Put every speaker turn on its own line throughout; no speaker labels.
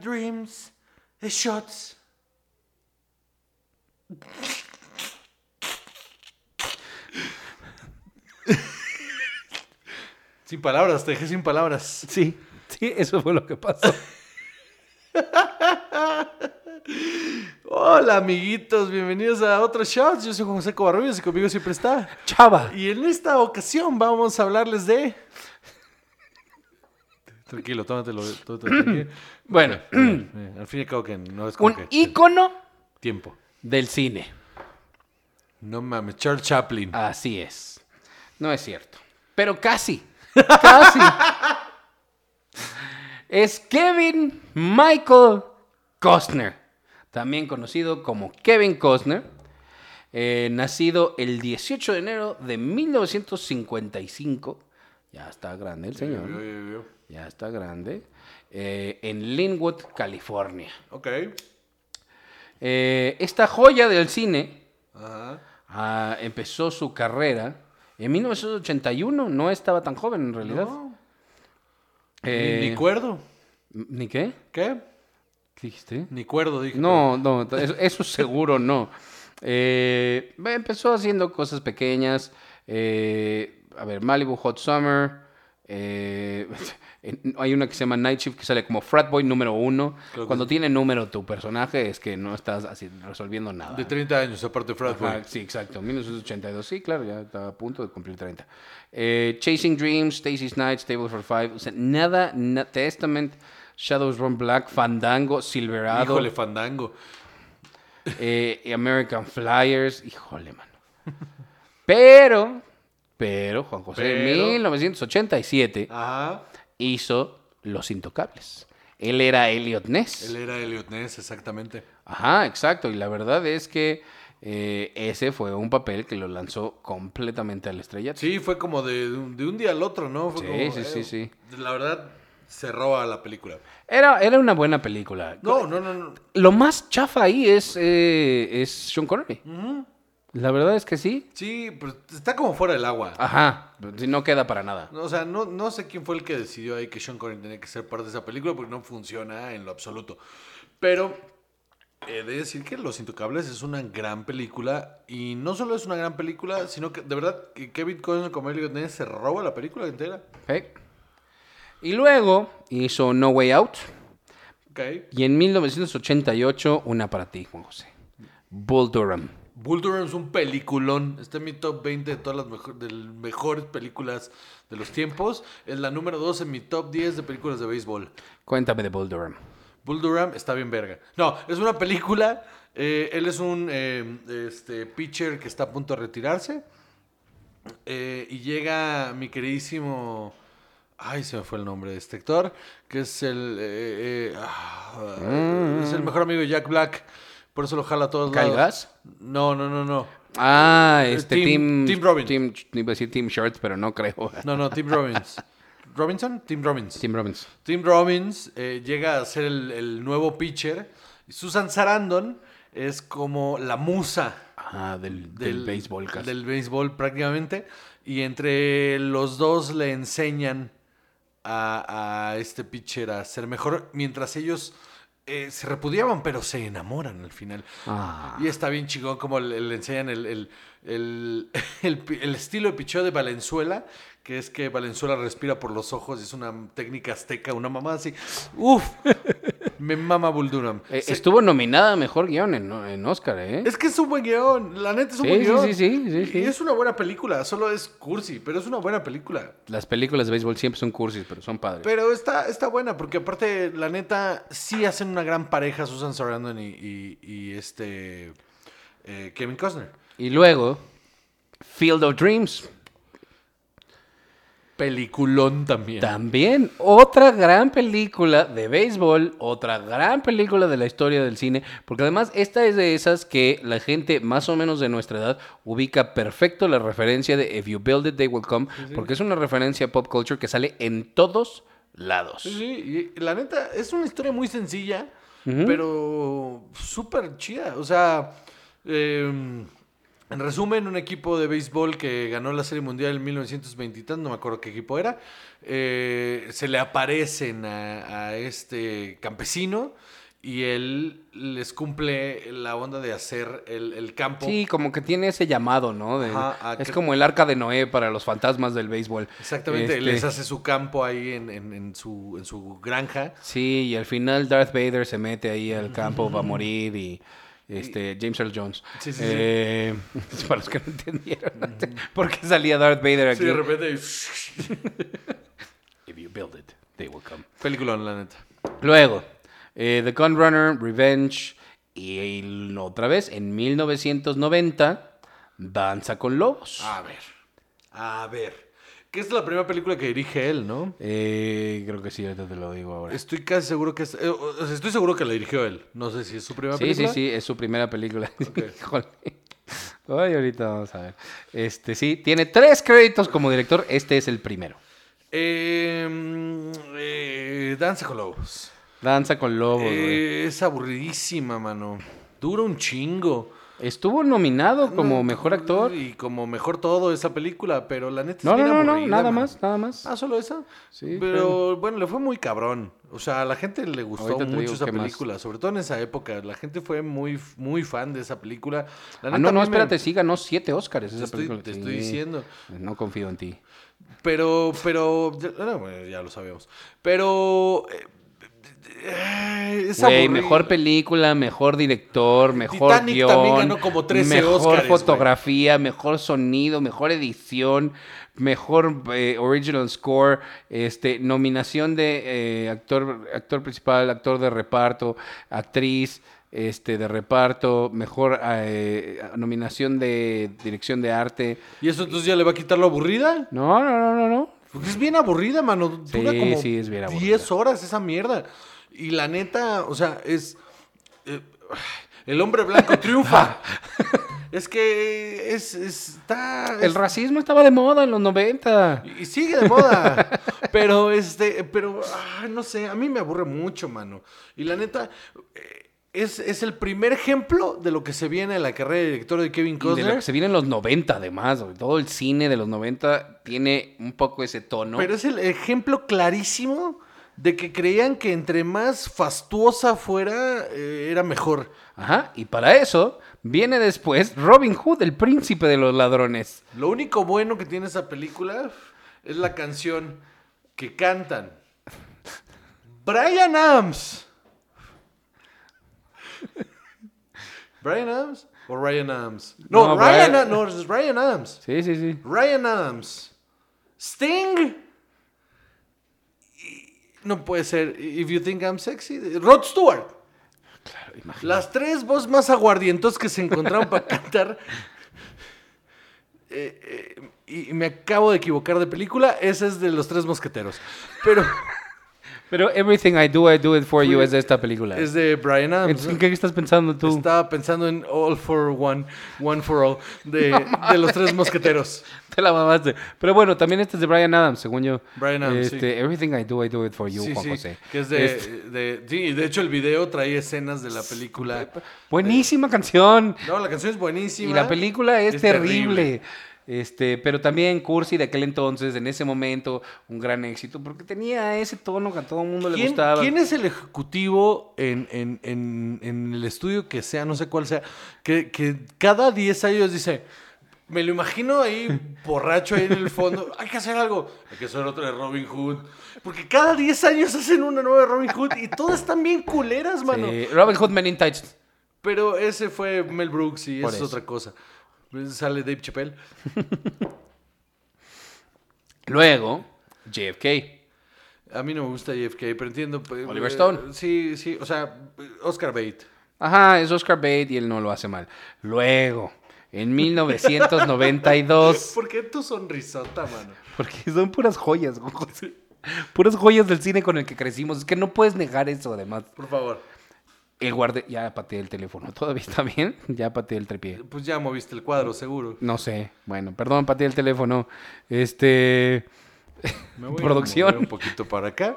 dreams is shots. Sin palabras, te dejé sin palabras.
Sí, sí, eso fue lo que pasó.
Hola amiguitos, bienvenidos a otro Shots. Yo soy José Covarrubias y conmigo siempre está.
Chava.
Y en esta ocasión vamos a hablarles de... Tranquilo, tómatelo. tómatelo tranquilo.
Bueno,
Bien, bien. Al fin y al cabo que no es como
un
que-
ícono
tiempo.
del cine.
No mames, Charles Chaplin.
Así es. No es cierto. Pero casi. Casi. es Kevin Michael Costner. También conocido como Kevin Costner. eh, nacido el 18 de enero de 1955. Ya está grande el señor. ¿no? Ya está grande. eh, en Linwood, California.
Ok.
Eh, esta joya del cine
Ajá.
Ah, empezó su carrera en 1981. No estaba tan joven en realidad.
No,
Eh,
Ni, ni cuerdo.
¿Ni qué?
¿Qué?
¿Qué dijiste?
Ni cuerdo, dije.
No, no, t- eso, eso seguro no. Eh, bueno, empezó haciendo cosas pequeñas. eh, a ver, Malibu Hot Summer. eh, en- hay una que se llama Night Shift que sale como Frat Boy número uno.
Creo que
Cuando
sí.
tiene número tu personaje es que no estás así resolviendo nada.
De 30 años, aparte Frat
Ajá,
Boy.
sí, exacto. 1982, sí, claro, ya estaba a punto de cumplir 30. Eh, Chasing Dreams, Stacy's Nights, Table for Five, o sea, nada, na- Testament, Shadows Run Black, Fandango, Silverado,
Híjole, fandango.
eh, y American Flyers, híjole, mano. Pero, pero, Juan José,
Pero.
en 1987
Ajá.
hizo Los Intocables. Él era Elliot Ness.
Él era Elliot Ness, exactamente.
Ajá, exacto. Y la verdad es que eh, ese fue un papel que lo lanzó completamente al estrellato.
Sí, fue como de, de un- de un día al otro, ¿no? Fue
Sí,
como, eh,
sí, sí, sí.
La verdad, se roba la película.
Era, era una buena película.
No, no, no. no.
Lo más chafa ahí es, eh, es Sean Connery. La verdad es que sí.
Sí, pero está como fuera del agua.
Ajá. Sí, No queda para nada.
No, O sea, no, no sé quién fue el que decidió ahí que Sean Connery tenía que ser parte de esa película porque no funciona en lo absoluto. Pero eh, he de decir que Los Intocables es una gran película y no solo es una gran película, sino que de verdad que Kevin Costner como Elliot Ness se roba la película entera.
Ok. Y luego hizo No Way Out.
Ok.
Y en 1988, una para ti, Juan José. Bull Durham.
Bull Durham es un peliculón. Está en mi top 20 de todas las mejo- de las mejores películas de los tiempos. Es la número 2 en mi top 10 de películas de béisbol.
Cuéntame de Bull Durham.
Bull Durham está bien verga. No, es una película. eh, él es un eh, este, pitcher que está a punto de retirarse. eh, y llega mi queridísimo. Ay, se me fue el nombre de este actor. Que es el. eh, eh, ah, Es el mejor amigo de Jack Black. Por eso lo jala a todos
¿Kyle
lados. No, no, no, no.
Ah, este
Eh, Tim-
Tim.
Tim Robbins.
Tim, iba a decir Tim Shorts, pero no creo.
No, no, Tim Robbins. ¿Robinson? Tim Robbins.
Tim Robbins.
Tim Robbins eh, llega a ser el, el nuevo pitcher. Susan Sarandon es como la musa
Ah, del,
del
del, béisbol casi.
Del béisbol prácticamente. Y entre los dos le enseñan a, a este pitcher a ser mejor mientras ellos eh, se repudiaban, pero se enamoran al final.
Ah.
Y está bien chingón como le, le enseñan el, el- el- el pi- el estilo de picheo de Valenzuela, que es que Valenzuela respira por los ojos, es una técnica azteca, una mamá así. Uf, me mama Bull Durham.
Eh,
Se-
Estuvo nominada a mejor guión en, en Oscar, ¿eh?
es que es un buen guión, la neta es un
Sí,
buen
sí,
guión.
sí, sí, sí, sí.
Y es una buena película, solo es cursi, pero es una buena película.
Las películas de béisbol siempre son cursis, pero son padres.
Pero está, está buena, porque aparte, la neta, sí hacen una gran pareja Susan Sarandon y, y- y este eh, Kevin Costner.
Y luego, Field of Dreams.
Peliculón también.
También otra gran película de béisbol, otra gran película de la historia del cine, porque además esta es de esas que la gente más o menos de nuestra edad ubica perfecto la referencia de If You Build It, They Will Come, porque es una referencia a pop culture que sale en todos lados.
Sí, sí, y la neta, es una historia muy sencilla, pero súper chida. O sea, eh, En resumen, un equipo de béisbol que ganó la Serie Mundial en 1920 y tanto, no me acuerdo qué equipo era, eh, se le aparecen a, a este campesino y él les cumple la onda de hacer el, el campo.
Sí, como que tiene ese llamado, ¿no? De-
Ajá, ah,
es
que-
como el arca de Noé para los fantasmas del béisbol.
Exactamente,
Este,
les hace su campo ahí en, en- en su, en su granja.
Sí, y al final Darth Vader se mete ahí al campo para morir y este James Earl Jones.
Sí, sí, sí.
Eh, para los que no entendieron por qué salía Darth Vader aquí.
Sí, de repente...
If you build it, they will come.
Película, la neta.
Luego, eh, The Gun Runner, Revenge y, el- otra vez en 1990 Danza con Lobos.
A ver, a ver. Que es la primera película que dirige él, ¿no?
Eh, creo que sí, ahorita te lo digo ahora.
Estoy casi seguro que es... eh, o sea, estoy seguro que la dirigió él. No sé si es su primera
Sí, sí,
película.
sí, es su primera película.
Ok.
Híjole. Ay, ahorita vamos a ver. Este, sí, tiene tres créditos como director. Este es el primero.
Eh, mm, eh, Danza con Lobos.
Danza con Lobos, güey.
Eh, es aburridísima, mano. Dura un chingo.
Estuvo nominado como mejor actor.
Y como mejor todo esa película, pero la neta
No,
es
no,
bien
no, no,
aburrida,
nada
mano.
más, nada más.
Ah, solo esa.
Sí,
Pero
claro.
bueno, le fue muy cabrón. O sea, a la gente le gustó
Ahorita te digo
mucho esa
qué más.
película, sobre todo en esa época. La gente fue muy, muy fan de esa película. La neta, a
Ah, no,
mí
no,
me-
espérate, sí ganó siete Oscars
Te
esa
estoy,
película.
te
Sí.
estoy diciendo.
No confío en ti.
Pero, pero, ya, no, bueno, ya lo sabíamos. Pero... eh, eh, es
Güey,
aburrida.
mejor película, mejor director, mejor
Titanic
guión.
también ganó como 13
Mejor
Óscares, güey.
fotografía, mejor sonido, mejor edición, mejor eh, original score, este, nominación de eh, actor, actor principal, actor de reparto, actriz este, de reparto, mejor eh, nominación de dirección de arte.
¿Y eso entonces ya le va a quitar lo aburrida?
No, no, no, no, no.
Porque es bien aburrida, mano. Dura
Sí,
como
sí, es bien aburrida.
10 horas esa mierda. Y la neta, o sea, es. eh, el hombre blanco triunfa. es que es. es- está.
Ah. El
es-
racismo estaba de moda en los 90.
y sigue de moda. pero este. Pero. ah, no sé. A mí me aburre mucho, mano. Y la neta. eh, es, es el primer ejemplo de lo que se viene en la carrera de director de Kevin
Y de lo
Costner.
que se viene en los 90 además, güey. todo el cine de los 90 tiene un poco ese tono.
Pero es el ejemplo clarísimo de que creían que entre más fastuosa fuera, eh, era mejor.
Ajá, y para eso viene después Robin Hood, el príncipe de los ladrones.
Lo único bueno que tiene esa película es la canción que cantan. Brian Adams. Brian Adams o Ryan Adams. No,
No,
Ryan,
Brian-
Ad- no, es Ryan Adams.
Sí, sí, sí.
Ryan Adams. Sting. Y- No puede ser. If you think I'm sexy. de- Rod Stewart. Las tres voz más aguardientos que se encontraron para cantar. Eh, eh, y y me acabo de equivocar de película. Ese es de los tres mosqueteros. Pero
Pero Everything I Do, I Do It For You es de esta película.
es de Brian Adams.
Entonces, ¿En qué estás pensando tú?
Estaba pensando en All for One, One for All, de, de los tres mosqueteros.
Te la mamaste. Pero bueno, también este es de Brian Adams, según yo.
Brian Adams,
Este,
sí.
Everything I Do, I Do It For You,
sí,
Juan
sí,
José.
Que es de,
Este,
de- Sí, de hecho el video trae escenas de la película.
buenísima canción.
No, la canción es buenísima.
Y la película es,
Es terrible.
terrible. Este, pero también Cursi de aquel entonces, en ese momento, un gran éxito, porque tenía ese tono que a todo el mundo le
¿Quién,
gustaba.
quién es el ejecutivo en, en- en- en el estudio que sea, no sé cuál sea, que, que cada 10 años dice, me lo imagino ahí borracho ahí en el fondo, hay que hacer algo, hay que hacer otra de Robin Hood. Porque cada 10 años hacen una nueva de Robin Hood y todas están bien culeras, mano.
Sí, Robin Hood Men in Tights.
Pero ese fue Mel Brooks y
Por
eso es
eso.
otra cosa. Sale Dave Chappelle.
Luego, JFK.
A mí no me gusta JFK, pero entiendo. pues,
Oliver
eh,
Stone.
Sí, sí, o sea, eh, Oscar Bate.
Ajá, es Oscar Bate y él no lo hace mal. Luego, en 1992.
¿Por qué tu sonrisota, mano?
Porque son puras joyas, Juan José. Puras joyas del cine con el que crecimos. Es que no puedes negar eso, además.
Por favor.
El guarde... Ya pateé el teléfono. ¿Todavía está bien? Ya pateé el trepié.
Pues ya moviste el cuadro, seguro.
No sé. Bueno, perdón, pateé el teléfono. Este.
Me voy a
Producción.
mover un poquito para acá.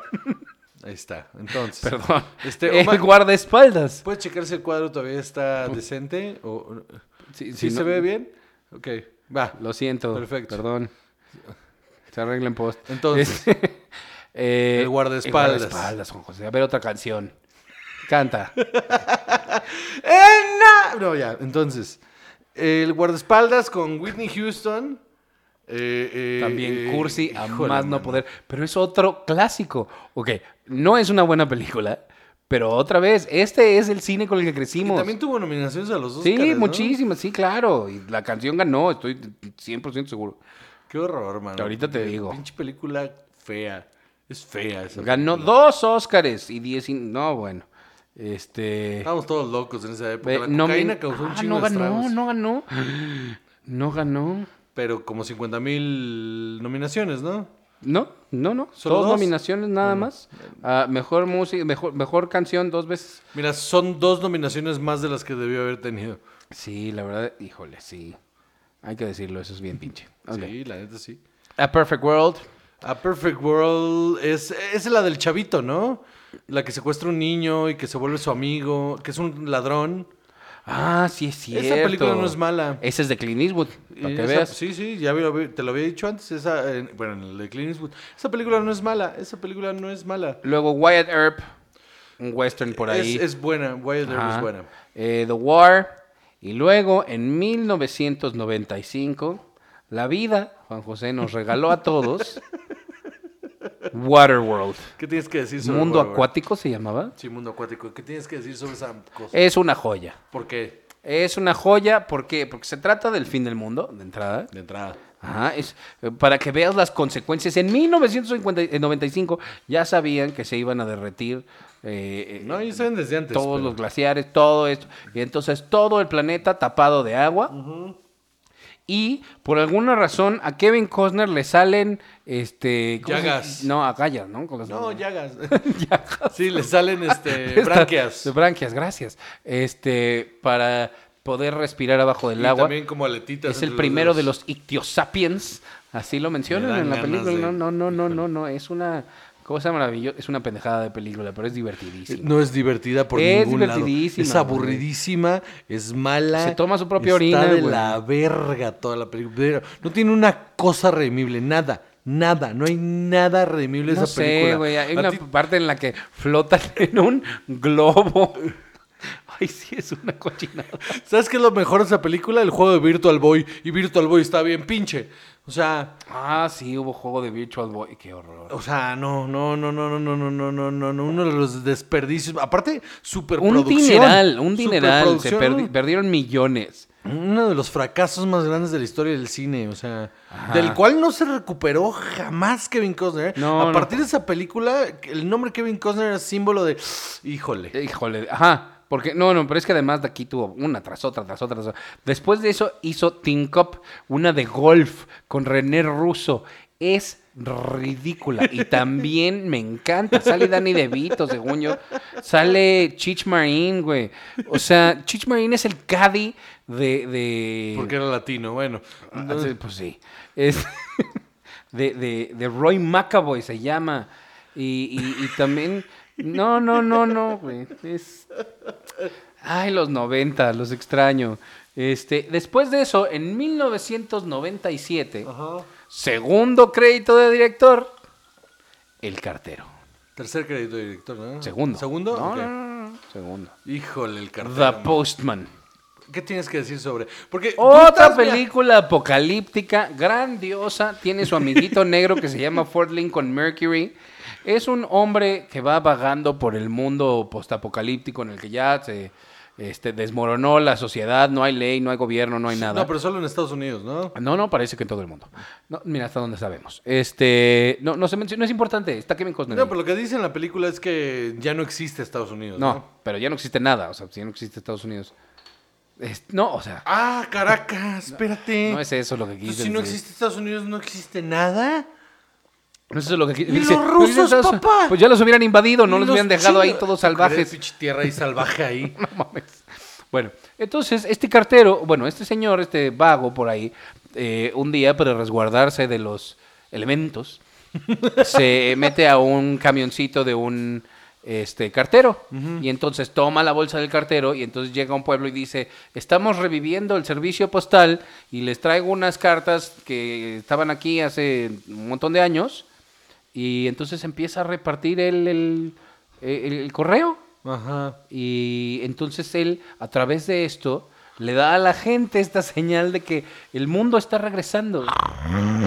Ahí está. Entonces.
Perdón.
Este,
el
Omar-
guardaespaldas.
¿Puedes checar si el cuadro todavía está decente? ¿O... ¿Sí,
Sí, sí,
se
no-
ve bien? Ok, va.
Lo siento.
Perfecto.
Perdón. Se arregla en post.
Entonces.
Este, eh,
El guardaespaldas.
el guardaespaldas, Juan José. A ver otra canción. Canta.
¡Eh, no! No, ya, entonces. El guardaespaldas con Whitney Houston. eh, eh,
También
eh,
cursi, a
híjole,
más no
mano.
poder. Pero es otro clásico. Ok, no es una buena película, pero otra vez, este es el cine con el que
Y
crecimos.
también tuvo nominaciones a los dos.
sí, muchísimas, sí, claro. Y la canción ganó, estoy 100% seguro.
Qué horror, mano.
Ahorita te
Qué
digo.
Pinche película fea. Es fea esa.
Pues Ganó dos Óscares y 10... No, bueno. Este...
Estábamos todos locos en esa época.
eh,
La
no me-
cocaína causó un
Ah,
chingo de
no ganó,
estragos.
no ganó. No ganó.
Pero como 50 mil nominaciones, ¿no?
No, no, no.
¿Solo
dos
dos? Mm.
nominaciones nada más. Ah, mejor música, mejor, mejor canción dos veces.
Mira, son dos nominaciones más de las que debió haber tenido.
Sí, la verdad, híjole, sí. Hay que decirlo, eso es bien pinche. Ok.
Sí, la neta sí.
A Perfect World.
A Perfect World es, es la del chavito, ¿no? La que secuestra un niño y que se vuelve su amigo, que es un ladrón.
Ah, sí es cierto.
Esa película no es mala.
Esa es de Clint Eastwood, para
Y esa-
que
pues
veas.
Sí, sí, ya vi- lo vi- te lo había dicho antes. Esa, en- bueno, en el de Clint Eastwood. Esa película no es mala, esa película no es mala.
Luego Wyatt Earp, un western por ahí.
Es, es buena, Wild Earp
Ajá.
es buena.
Eh, The War. Y luego, en 1995, la vida, Juan José, nos regaló a todos Waterworld.
¿Qué tienes que decir sobre
Mundo
Wild Earp?
acuático se llamaba.
Sí, Mundo Acuático. ¿Qué tienes que decir sobre esa cosa?
Es una joya.
¿Por qué?
Es una joya porque, porque se trata del fin del mundo, de entrada.
De entrada.
Ajá, es, eh, para que veas las consecuencias. En eh, 1995 ya sabían que se iban a derretir eh, eh,
No, ellos saben desde antes.
todos
pero-
los glaciares, todo esto. Y entonces todo el planeta tapado de agua. Y por alguna razón a Kevin Costner le salen este ¿cómo se-
Llagas.
No, agallas, ¿no? Con las-
No, llagas. Sí, le salen este,
Esta-
branquias.
de branquias, gracias. Este, para poder respirar abajo del
Y
agua.
también como aletitas.
Es el
entre
primero de
dedos.
los ictiosapiens, así lo mencionan
Me dan
en la
ganas
película.
de-
No, no, no, no, no, no, es una cosa maravillosa, es una pendejada de película, pero es divertidísima.
Eh, No es divertida por
Es
ningún lado.
divertidísima,
Es aburridísima, es mala.
Se toma su propia orina,
Está de
güey.
la verga toda la película. No tiene una cosa redimible, nada. Nada, no hay nada redimible de
No
esa
sé,
película.
güey, hay
A
una
ti-
parte en la que flotan en un globo. Ay, sí, es una cochinada.
¿Sabes qué es lo mejor de esa película? El juego de Virtual Boy. Y Virtual Boy está bien pinche. O sea,
Ah, sí, hubo juego de Virtual Boy, qué horror.
O sea, no, no, no, no, no, no, no, no, no, no, no, uno de los desperdicios. Aparte,
Un
superproducción.
dineral, un dineral, se perdi-
Superproducción,
perdieron millones.
Uno de los fracasos más grandes de la historia del cine, o sea,
Ajá.
del cual no se recuperó jamás Kevin Costner.
No,
A
no.
partir de esa película, el nombre Kevin Costner era símbolo de, híjole,
Híjole, ajá. Porque, no, no, pero es que además de aquí tuvo una tras otra, tras otra, tras otra. Después de eso hizo Team Cup, una de golf con René Russo. Es ridícula. Y también me encanta. Sale Danny DeVito, según yo. Sale Chich Marín, güey. O sea, Chich Marín es el caddy de... de...
porque era latino, bueno.
Ah, sí, pues sí. Es de, de- de Roy McAvoy se llama. Y, y- y también. No, no, no, no, güey. Es. Ay, los 90, los extraño. Este, después de eso, en 1997,
Ajá.
segundo crédito de director, El Cartero.
Tercer crédito de director, ¿no?
Ah. Segundo.
¿Segundo?
No,
Ok.
no, no, no, Segundo.
Híjole, el cartel.
The Postman.
¿Qué tienes que decir sobre? Porque tú
Otra
estás- mira,
película apocalíptica, grandiosa, tiene su amiguito negro que se llama Ford Lincoln Mercury. Es un hombre que va vagando por el mundo postapocalíptico en el que ya se este, desmoronó la sociedad, no hay ley, no hay gobierno, no hay nada.
No, pero solo en Estados Unidos, ¿no?
No, no, parece que en todo el mundo. No, mira hasta dónde sabemos. Este, no, no se menciona, no es importante, está Kevin Costner.
No,
ahí.
pero lo que dice en la película es que ya no existe Estados Unidos. No.
No, pero ya no existe nada, o sea, ya no existe Estados Unidos. Es- no, o sea,
Ah, Caracas, espérate.
no es eso lo que
Entonces,
quise
si no
decir.
existe Estados Unidos, no existe nada.
No es eso lo que
¡Y
dice,
los
"No
rusos,
dicen eso".
papá!
Pues ya los hubieran invadido, no
Y
los,
los
hubieran dejado ahí
chinos-
todos
Crees,
salvajes.
Pinche tierra ahí salvaje ahí.
No mames. Bueno, entonces este cartero, bueno, este señor, este vago por ahí, eh, un día para resguardarse de los elementos, se mete a un camioncito de un este cartero. Y entonces toma la bolsa del cartero y entonces llega a un pueblo y dice, estamos reviviendo el servicio postal y les traigo unas cartas que estaban aquí hace un montón de años. Y entonces empieza a repartir el, el- el- el correo.
Ajá.
Y entonces él, a través de esto, le da a la gente esta señal de que el mundo está regresando.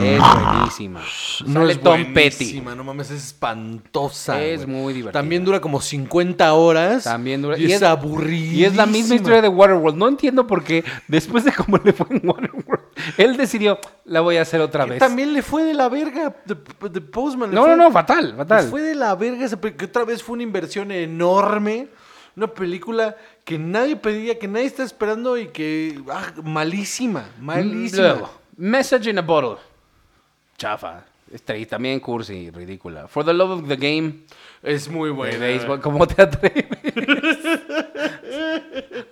Es buenísima. Sale Tom Petty.
Ah. buenísima, No mames, es espantosa.
Es
güey.
muy divertida.
También dura como 50 horas.
También dura-
Y,
y
es,
es-
aburrida.
Y es la misma historia de Waterworld. No entiendo por qué, después de cómo le fue en Waterworld, él decidió, la voy a hacer otra vez.
También le fue de la verga de, de Postman. le
No,
fue-
no, no, fatal, fatal.
Le Fue de la verga esa película, que otra vez fue una inversión enorme. Una película que nadie pedía, que nadie está esperando y que. ah, malísima, malísima.
Mm, Luego, Message in a Bottle. Chafa. Este, y también cursi, ridícula. For the love of the game.
Es muy buena.
de béisbol. ¿Cómo te atreves?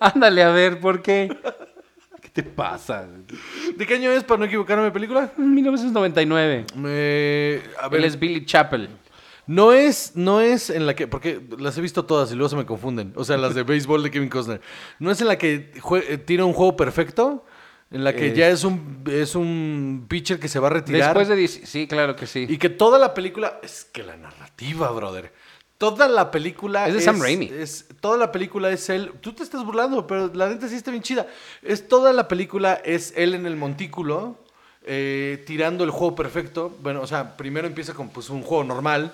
Ándale, a ver, ¿por qué? ¿Qué te pasa?
¿De qué año es para no equivocarme película?
1999.
Eh, a ver,
Él es Billy Chappell.
no es, no es en la que, porque las he visto todas y luego se me confunden. O sea, las de béisbol de Kevin Costner. No es en la que jue- eh, tira un juego perfecto, en la que
Eh.
ya es un, es un pitcher que se va a retirar.
Después de... dieci- Sí, claro que sí.
Y que toda la película. Es que la narrativa, brother. Toda la película.
Es de Sam Raimi.
es- toda la película es él. Tú te estás burlando, pero la neta sí está bien chida. Es toda la película, es él en el montículo, eh, tirando el juego perfecto. Bueno, o sea, primero empieza con pues, un juego normal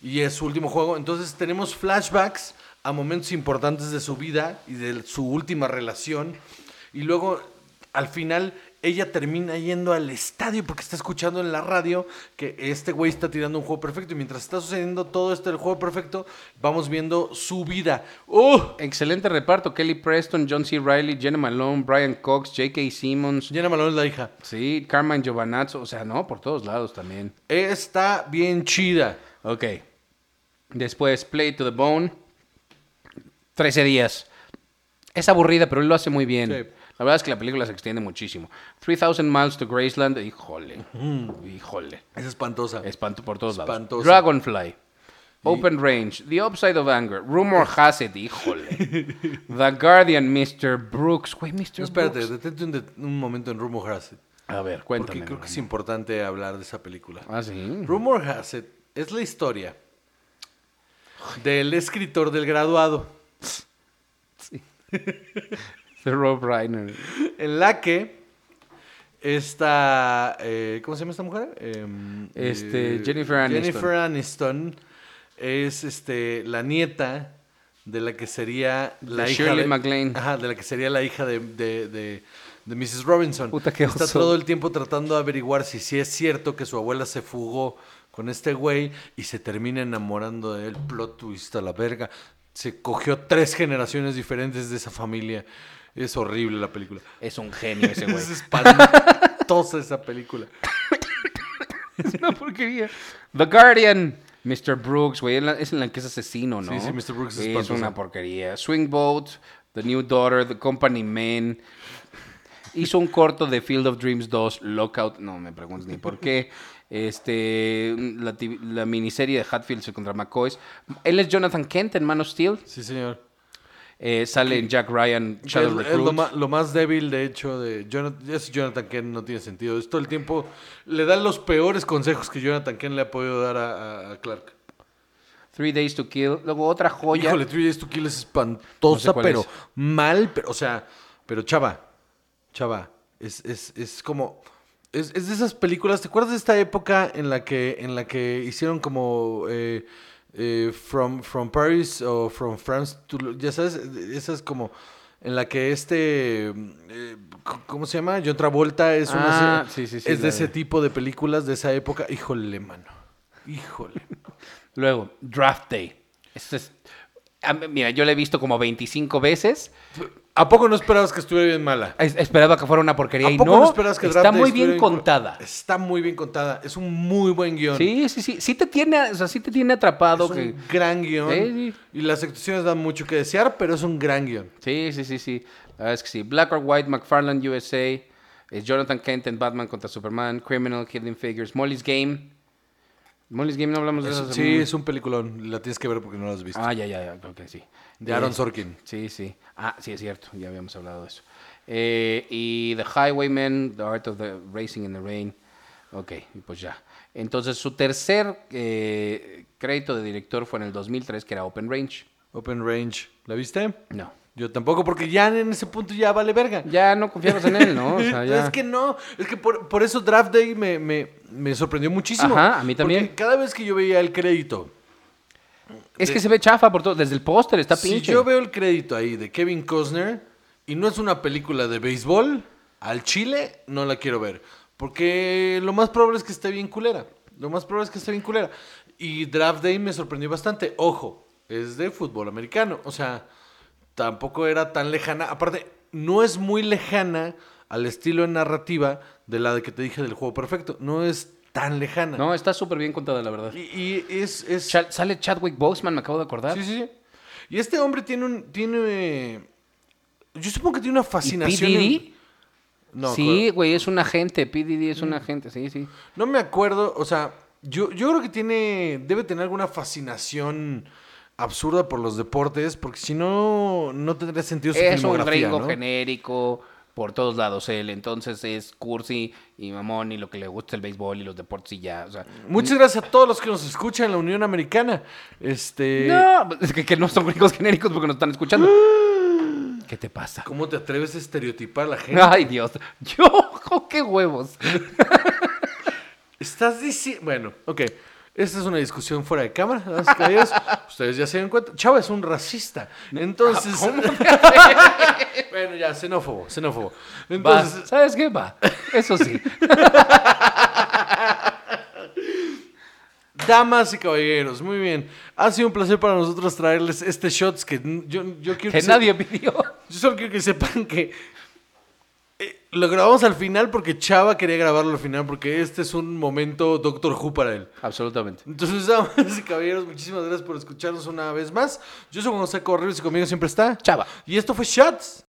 y es su último juego. Entonces tenemos flashbacks a momentos importantes de su vida y de su última relación. Y luego al final ella termina yendo al estadio porque está escuchando en la radio que este güey está tirando un juego perfecto y mientras está sucediendo todo esto del juego perfecto vamos viendo su vida. ¡Uh!
Excelente reparto. Kelly Preston, John C. Riley, Jenna Malone, Brian Cox, J.K. Simmons.
Jenna Malone es la hija.
Sí, Carmen Giovanazzo. O sea, no, por todos lados también.
Está bien chida.
Ok. Después, Play to the Bone. 13 días. Es aburrida, pero él lo hace muy bien.
Sí.
La verdad es que la película se extiende muchísimo. 3000 Miles to Graceland. Híjole.
Mm.
Híjole.
Es espantosa.
Espanto por todos lados.
Espantosa.
Dragonfly. Open Range. The Upside of Anger. Rumor Has It. Híjole. The Guardian. Mr. Brooks. Güey, Mr.
No, espérate,
Brooks.
detente un, det- un momento en Rumor Has It.
A ver,
Porque
cuéntame.
creo que
Bruno.
es importante hablar de esa película.
Ah, sí.
Rumor Has It es la historia del escritor del graduado.
The Rob Reiner.
en la que esta eh, ¿cómo se llama esta mujer? Em,
Este,
eh,
Jennifer Aniston.
Jennifer Aniston es este la nieta de la que sería la hija
Shirley
de,
MacLaine.
Ajá, de la que sería la hija de, de- de- de Mrs. Robinson.
Puta, qué
Está
oso.
todo el tiempo tratando de averiguar si sí es cierto que su abuela se fugó con este güey y se termina enamorando de él. Plot twist a la verga. Se cogió tres generaciones diferentes de esa familia. Es horrible la película.
Es un genio ese güey.
Es espantosa esa película.
Es una porquería. The Guardian. Mr. Brooks, güey. en la- Es en la que es asesino, ¿no?
Sí, sí, Mr. Brooks es
es
espantoso.
una porquería. Swing Boat, The New Daughter, The Company Man. Hizo un corto de Field of Dreams 2, Lockout. No me preguntes ni por qué. Este, la, ti- la miniserie de Hatfields contra McCoys. Él es Jonathan Kent en Man of Steel.
Sí, señor.
Eh, sale en Jack Ryan,
Es,
Shadow
es lo,
Recruit.
ma- lo más débil, de hecho, de Jonathan, es Jonathan Kent no tiene sentido. Es todo el tiempo le dan los peores consejos que Jonathan Kent le ha podido dar a, a- a Clark.
Three Days to Kill. Luego otra joya.
Híjole, Three Days to Kill es espantosa,
No sé cuál
pero
es.
mal, pero, o sea, pero chava, chava, es, es, es como... Es, es de esas películas, ¿te acuerdas de esta época en la que, en la que hicieron como eh, eh, from, from Paris o From France to... Lo- Ya sabes, esas como... En la que este... eh, ¿Cómo se llama? John Travolta es una...
Ah, sí, sí, sí,
es de
la
ese
de-
tipo de películas de esa época. Híjole, mano. Híjole.
Luego, Draft Day. Esto es- a mí- mira, yo la he visto como 25 veces.
¿A poco no esperabas que estuviera bien mala?
Es- Esperaba que fuera una porquería
¿A
y
poco
no.
no esperas que
está
Draft Day
muy bien
estuviera
contada.
Está muy bien contada. Es un muy buen guión.
Sí, sí, sí. Sí te tiene, o sea, sí te tiene atrapado.
Es un
que-
gran guión.
Sí, sí.
Y las actuaciones dan mucho que desear, pero es un gran guión.
Sí, sí, sí, sí. La verdad es que sí. Black or White, McFarland USA. Es Jonathan Kent en Batman contra Superman. Criminal, Killing Figures. Molly's Game. Molly's Game no hablamos de
Es-
eso. hace
sí,
muy-
es un peliculón. La tienes que ver porque no la has visto.
Ah, ya, ya, ya, ok, sí.
de Aaron
Eh,
Sorkin.
Sí, sí. Ah, sí, es cierto, ya habíamos hablado de eso. Eh, y The Highwayman, The Art of the Racing in the Rain. Ok, y pues ya. Entonces, su tercer eh, crédito de director fue en el 2003, que era Open Range.
Open Range. ¿La viste?
No.
Yo tampoco, porque ya en ese punto ya vale verga.
Ya no confiabas en él, ¿no? O sea, ya.
Es que no, es que por, por eso Draft Day me, me- me sorprendió muchísimo.
Ajá, a mí también.
Porque cada vez que yo veía el crédito,
Es que se ve chafa por todo. Desde el póster está
si
pinche.
yo veo el crédito ahí de Kevin Costner y no es una película de béisbol, al chile no la quiero ver. Porque lo más probable es que esté bien culera. Lo más probable es que esté bien culera. Y Draft Day me sorprendió bastante. Ojo, es de fútbol americano. O sea, tampoco era tan lejana. Aparte, no es muy lejana al estilo en narrativa de la de que te dije del juego perfecto. No es tan lejana.
No, está súper bien contada, la verdad.
Y, y es, es...
Cha- sale Chadwick Boseman, me acabo de acordar.
Sí, sí, sí. Y este hombre tiene un. Tiene. eh, Yo supongo que tiene una fascinación.
¿Y P.
en-
Diddy?
No,
sí,
claro. Mm.
güey, es un agente. P. Diddy es un agente, sí, sí.
No me acuerdo. O sea, yo, yo creo que tiene. Debe tener alguna fascinación absurda por los deportes. Porque si no, no tendría sentido su
Es un
filmografía,
gringo
¿no?
genérico por todos lados él. Entonces es cursi y mamón y lo que le gusta el béisbol y los deportes y ya. O sea,
Muchas gracias a todos los que nos escuchan en la Unión Americana. Este.
no, pues, es que, que no son gringos genéricos porque nos están escuchando. ¿Qué te pasa?
¿Cómo te atreves a estereotipar a la gente?
Ay, Dios. Yo, qué huevos.
Estás diciendo. Bueno, ok. Esta es una discusión fuera de cámara. damas y caballeros. Ustedes ya se dieron cuenta. Chava es un racista.
Ah,
Entonces. bueno, ya, xenófobo, xenófobo.
Va,
Entonces,
¿Sabes qué? Va. Eso sí.
damas y caballeros, muy bien. Ha sido un placer para nosotros traerles este shots que n- yo, yo quiero
que
se-
nadie pidió.
Yo solo quiero que sepan que eh, lo grabamos al final porque Chava quería grabarlo al final porque este es un momento Doctor Who para él.
Absolutamente.
Entonces, damas y caballeros, muchísimas gracias por escucharnos una vez más. Yo soy José Correos y conmigo siempre está
Chava.
Y esto fue Shots.